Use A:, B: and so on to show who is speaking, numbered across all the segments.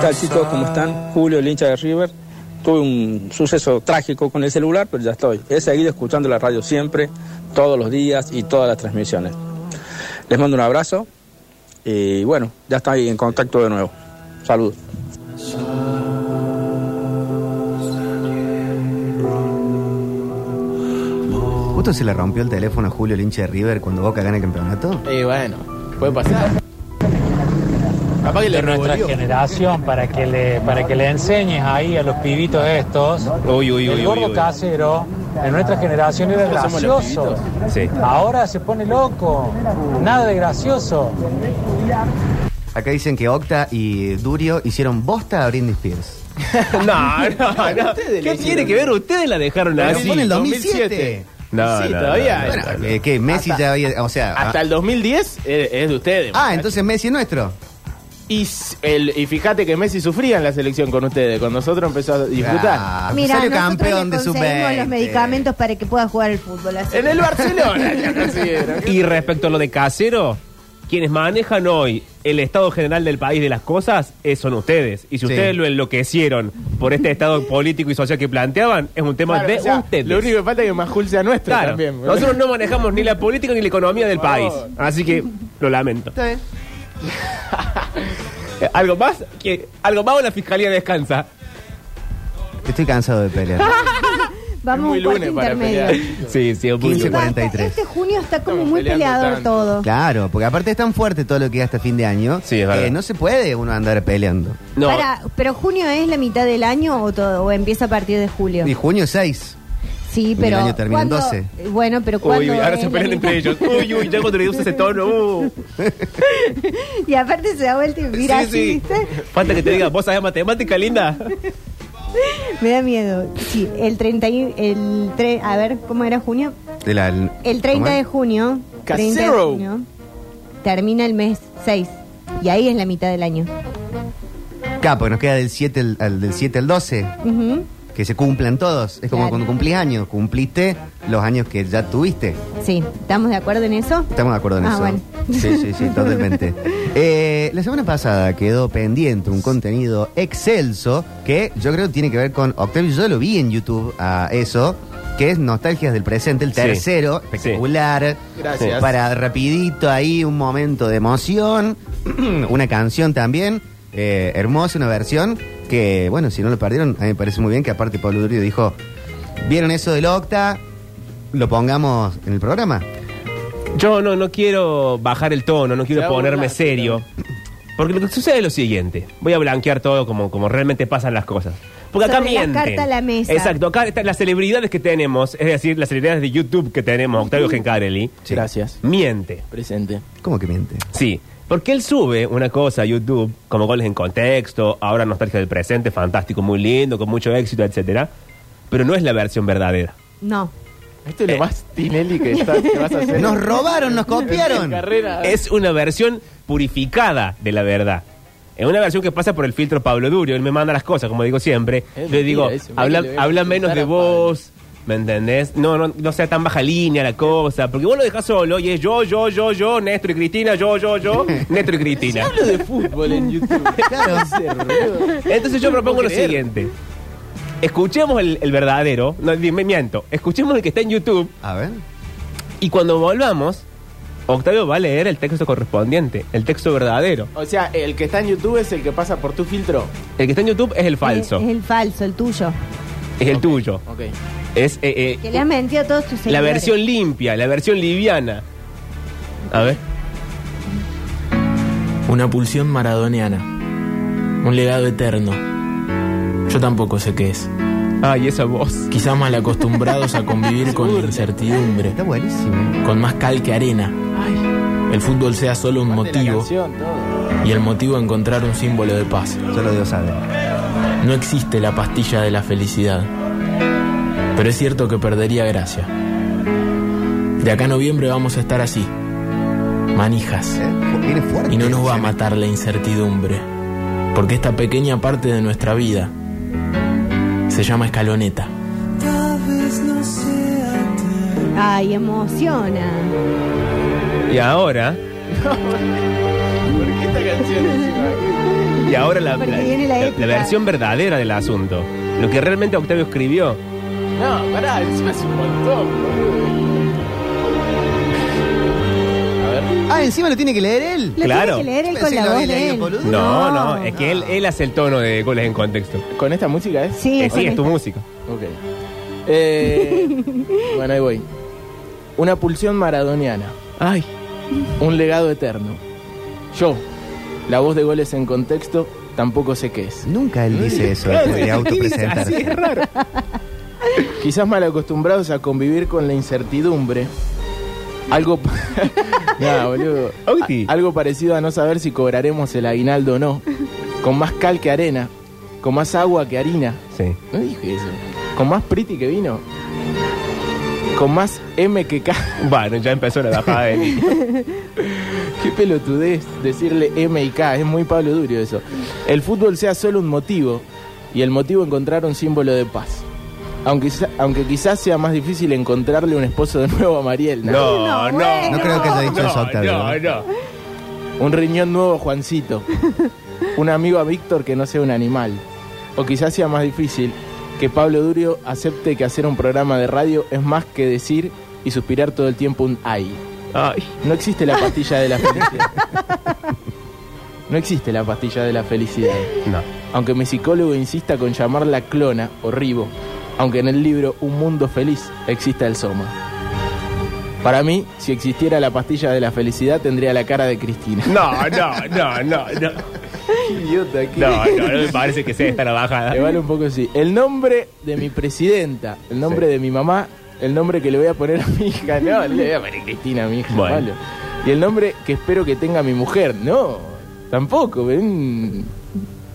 A: tal chicos? ¿Cómo están? Julio, el hincha de River. Tuve un suceso trágico con el celular, pero ya estoy. He seguido escuchando la radio siempre, todos los días y todas las transmisiones. Les mando un abrazo y bueno, ya estoy en contacto de nuevo. Saludos.
B: ¿Justo se le rompió el teléfono a Julio el hincha de River cuando Boca gana el campeonato?
C: Y bueno, puede pasar. Capaz que le
D: de nuestra
C: revolvió.
D: generación para que le para que le enseñes ahí a los pibitos estos
E: Uy, uy, uy,
D: el
E: uy,
D: gordo
E: uy.
D: casero de nuestra generación era
C: Nosotros somos los
D: gracioso
E: Sí.
D: ahora se pone loco nada de gracioso
B: Acá dicen que Octa y Durio hicieron bosta a Brindis Spears.
E: No, no, no.
C: Ustedes le
E: ¿Qué
C: hicieron.
E: tiene que ver? Ustedes la dejaron
B: Pero
E: así.
B: fue en el 2007.
E: No,
C: Sí,
E: no,
C: todavía
E: no,
C: hay.
E: no, no, no.
B: Eh, que Messi
C: Hasta-
B: ya había. O sea.
C: Hasta
B: ah,
C: el 2010 es, es de ustedes.
B: ah, entonces Messi es nuestro.
C: Y, s- el, y fíjate que Messi sufría en la selección con ustedes. Con nosotros empezó a disfrutar.
B: Ah,
F: Mira,
B: salió
F: nosotros
B: campeón
F: le
B: de sub
F: conseguimos los medicamentos para que pueda jugar al fútbol. así.
C: En el Barcelona ya consiguieron.
E: Y respecto a lo de casero, quienes manejan hoy el estado general del país de las cosas eh, son ustedes. Y
B: Sí.
E: si ustedes lo enloquecieron por este estado político y social que planteaban, es un tema
C: Claro,
E: de
C: o sea,
E: ustedes.
C: Lo único que falta es que Majul sea nuestro
E: Claro.
C: también.
E: Nosotros no manejamos ni la política ni la economía del
C: Por
E: país.
C: favor.
E: Así que lo lamento.
B: Está bien.
E: Eh, ¿Algo más? ¿Qué? ¿Algo más o la fiscalía descansa?
B: Estoy cansado de pelear.
C: Es
F: Vamos a
C: muy
F: un cuarto
C: lunes para
F: intermedio.
C: pelear.
E: Sí, sí, un
F: Sí,
E: poquito.
B: 43.
F: Este junio está como
C: Estamos
F: muy
C: peleando
F: peleador
C: tanto.
F: todo.
B: Claro, porque aparte es tan fuerte todo lo que hasta fin de año.
E: Sí, es verdad.
B: que no se puede uno andar peleando.
E: No,
F: Pará, pero junio es la mitad del año o todo, o empieza a partir de julio.
B: Y junio 6.
F: Sí,
B: el
F: pero.
B: año termina en
F: ¿cuándo-
B: 12.
F: Bueno, pero cuando.
E: Uy, uy, ahora se pelean entre ellos. Uy, uy, ya cuando le dulce ese tono. uh.
F: Y aparte se da vuelta y mira
E: Sí,
F: así,
E: sí.
F: ¿viste?
E: Falta que te diga, ¿vos sabés matemática, linda?
F: Me da miedo. Sí, el 30. y- El tre- a ver, ¿cómo era junio?
B: De la-
F: El 30
B: ¿cómo
F: de
B: es?
F: junio. 30 de
C: Casero.
F: junio. Termina el mes 6. Y ahí es la mitad del año.
B: Capo, que nos queda del 7 al, al- del 7 al 12.
F: Ujú.
B: Que se cumplan todos. Es como
F: Claro.
B: cuando cumplís años. Cumpliste los años que ya tuviste.
F: Sí, ¿estamos de acuerdo en eso?
B: Estamos de acuerdo en
F: Ah,
B: eso.
F: bueno.
B: Sí, sí, sí, totalmente. Eh, la semana pasada quedó pendiente un contenido excelso que yo creo tiene que ver con Octavio. Yo lo vi en YouTube a eso, que es Nostalgias del Presente, el
E: Sí.
B: tercero, espectacular.
C: Gracias.
B: Para rapidito ahí un momento de emoción, una canción también. eh, hermosa, una versión que, bueno, si no lo perdieron, a mí me parece muy bien que aparte Pablo Durio dijo, ¿vieron eso del Octa? ¿Lo pongamos en el programa?
E: Yo no, no quiero bajar el tono, no
C: Se
E: quiero
C: va a
E: ponerme
C: burlar,
E: serio. Porque lo que sucede es lo siguiente. Voy a blanquear todo como, como realmente pasan las cosas. Porque acá
F: Sobre la
E: mienten.
F: carta a la mesa.
E: Exacto, acá están las celebridades que tenemos, es decir, las celebridades de YouTube que tenemos, Octavio Gencarelli,
B: Sí.
C: Gracias.
E: miente.
C: Presente.
B: ¿Cómo que miente?
E: Sí, porque él sube una cosa a YouTube, como goles en contexto, ahora nostalgia del presente, fantástico, muy lindo, con mucho éxito, etcétera. Pero no es la versión verdadera.
F: No.
C: Esto es
E: Eh.
C: lo más Tinelli que, está- que vas a hacer.
B: Nos robaron, nos
C: En
B: copiaron.
C: carrera.
E: Es una versión purificada de la verdad. Es una versión que pasa por el filtro Pablo Durio. Él me manda las cosas, como digo siempre.
C: Es
E: Le digo,
C: mentira eso, mira
E: habla,
C: que le voy a
E: habla menos
C: insultar
E: de
C: a Pablo".
E: vos. ¿Me entendés? No, no, no sea tan baja línea la cosa. Porque vos lo dejás solo y es yo, yo, yo, yo, Néstor y Cristina, yo, yo, yo, Néstor y Cristina.
C: Hablo de fútbol en YouTube.
B: Claro.
E: Entonces yo propongo lo
C: puedo creer.
E: siguiente. Escuchemos el, el verdadero, no, di- me miento, escuchemos el que está en YouTube
B: A ver.
E: y cuando volvamos, Octavio va a leer el texto correspondiente, el texto verdadero.
C: O sea, el que está en YouTube es el que pasa por tu filtro.
E: El que está en YouTube es el falso,
F: Es,
E: es,
F: es el falso, el tuyo.
E: el tuyo.
C: Ok.
E: Es eh,
F: Que
E: eh,
F: le has mentido a todos tus
E: la
F: seguidores.
E: versión limpia, la versión liviana. A ver.
G: Una pulsión maradoniana. Un legado eterno. Yo tampoco sé qué es.
E: Ay, esa voz.
G: Quizá mal acostumbrados a convivir con la incertidumbre,
B: Está buenísimo.
G: con más cal que arena. El fútbol sea solo un
C: Aparte la
G: motivo
C: canción, todo.
G: y el motivo encontrar un símbolo de paz.
B: Solo Dios sabe.
G: No existe la pastilla de la felicidad. Pero es cierto que perdería gracia. De acá a noviembre vamos a estar así. Manijas.
B: Eh, fu- Viene fuerte.
G: Y no nos va a matar la incertidumbre, porque esta pequeña parte de nuestra vida se llama escaloneta.
F: Ay, emociona.
E: Y ahora
C: ¿Por qué esta canción encima?
E: Y ahora la,
F: Porque
E: la-
F: viene la
E: la- la
F: épica.
E: versión verdadera del asunto. Lo que realmente Octavio escribió.
C: No, pará, encima es un montón, boludo. A ver.
B: Ah, encima lo tiene que leer él.
F: Lo
E: Claro.
F: tiene que leer él
B: Pensé
F: con
B: que
F: la
B: lo
F: voz
B: había
F: de
B: leído,
F: él.
B: boludo.
E: No, no, es que él, él hace el tono de goles en contexto.
C: ¿Con esta música es?
F: Sí,
E: Eh,
F: con
E: sí, es tu
F: esta-
E: música.
C: Ok. Eh, bueno, ahí voy. Una pulsión maradoniana. Ay. Un legado eterno. Yo, la voz de goles en contexto, tampoco sé qué es.
B: Nunca él dice eso de autopresentarse.
C: Quizás mal acostumbrados a convivir con la incertidumbre. Algo. pa- Nah, boludo.
E: Octi.
C: A- algo parecido a no saber si cobraremos el aguinaldo o no. Con más cal que arena. Con más agua que harina.
E: Sí.
C: No dije eso. Con más pretty que vino. Con más M que K.
E: Bueno, ya empezó la bajada de
C: Qué pelotudez decirle M y K, es muy Pablo Durio eso. El fútbol sea solo un motivo y el motivo encontrar un símbolo de paz. Aunque, sa- aunque quizás sea más difícil encontrarle un esposo de nuevo a Mariel.
E: No, no, no.
B: No creo que haya dicho eso,
E: No,
B: Octavio. ¿eh?
E: no, no.
C: Un riñón nuevo a Juancito. Un amigo a Víctor que no sea un animal. O quizás sea más difícil que Pablo Durio acepte que hacer un programa de radio es más que decir y suspirar todo el tiempo un ay.
E: Ay.
C: No existe la pastilla de la felicidad. No existe la pastilla de la felicidad.
E: No.
C: Aunque mi psicólogo insista con llamarla clona o ribo, aunque en el libro Un Mundo Feliz exista el soma. Para mí, si existiera la pastilla de la felicidad, tendría la cara de Cristina.
E: No, no, no, no, no.
C: Idiota, ¿qué?
E: No, no, no me parece que sea esta la bajada.
C: Me vale un poco así. El nombre de mi presidenta, el nombre de mi mamá, el nombre que le voy a poner a mi hija, no, le voy a poner Cristina a mi hija,
E: Bueno.
C: Pablo. Y el nombre que espero que tenga mi mujer, no, tampoco, ven.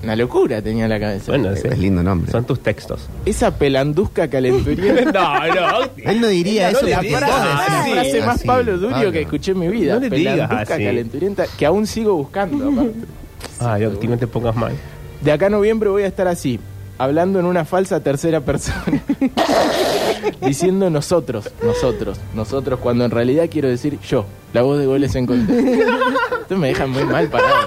C: Una locura tenía en la cabeza.
E: Bueno, sí.
B: Es lindo nombre.
E: Son tus textos.
C: Esa pelanduzca calenturienta.
E: No, no. Octi.
B: Él no diría
E: No
B: eso
E: le
B: porque
E: digas
B: vos decís
C: Es
E: así.
C: la Ah, frase más
B: así,
C: Pablo Durio que escuché en mi vida.
E: No le digas
C: Pelanduzca
E: así.
C: calenturienta, que aún sigo buscando. aparte.
E: Ay, Octi, no te pongas mal.
C: De acá a noviembre voy a estar así, hablando en una falsa tercera persona. Diciendo nosotros, nosotros, nosotros, cuando en realidad quiero decir yo, la voz de goles en contexto. Esto me deja muy mal parado.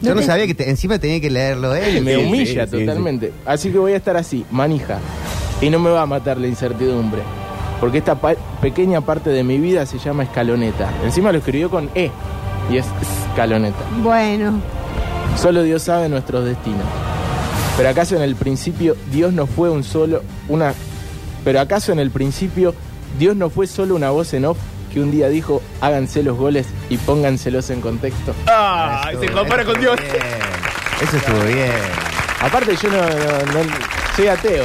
B: Yo no sabía que te- encima tenía que leerlo él.
C: Me
E: Sí,
C: humilla
E: sí, sí,
C: totalmente. Así que voy a estar así, manija. Y no me va a matar la incertidumbre. Porque esta pa- pequeña parte de mi vida se llama escaloneta. Encima lo escribió con E. Y es escaloneta.
F: Bueno,
C: Solo Dios sabe nuestros destinos. Pero acaso en el principio Dios no fue un solo una Pero acaso en el principio Dios no fue solo una voz en off que un día dijo, "Háganse los goles y pónganselos en contexto."
E: Ay, se compara con Dios.
B: Ah, Bien. Eso estuvo bien.
C: Aparte yo no, no- no- soy ateo.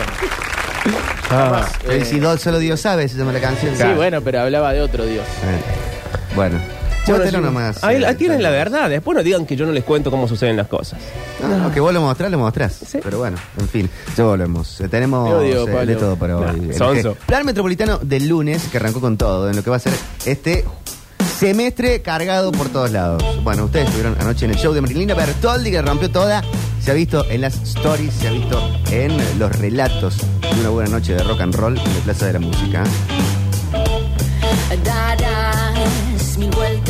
B: Ah,
C: eh,
B: pero si do- solo Dios sabe, se llama la canción.
C: Sí, bueno, pero hablaba de otro Dios.
B: Eh, Bueno, llévatelo nomás.
E: Ahí
B: eh,
E: ahí tienen la verdad. Después no digan que yo no les cuento cómo suceden las cosas.
B: No, no, que vos lo mostrás, lo mostrás. Pero bueno, en fin, ya volvemos. Eh, Tenemos
C: Te odio,
B: eh, de
C: Pablo.
B: todo para
E: Nah,
B: hoy. El
E: sonso.
B: eje- Plan metropolitano del lunes, que arrancó con todo, en lo que va a ser este semestre cargado por todos lados. Bueno, ustedes estuvieron anoche en el show de Marilina Bertoldi, que rompió toda. Se ha visto en las stories, se ha visto en los relatos de una buena noche de rock and roll en la Plaza de la Música.
H: darás mil vueltas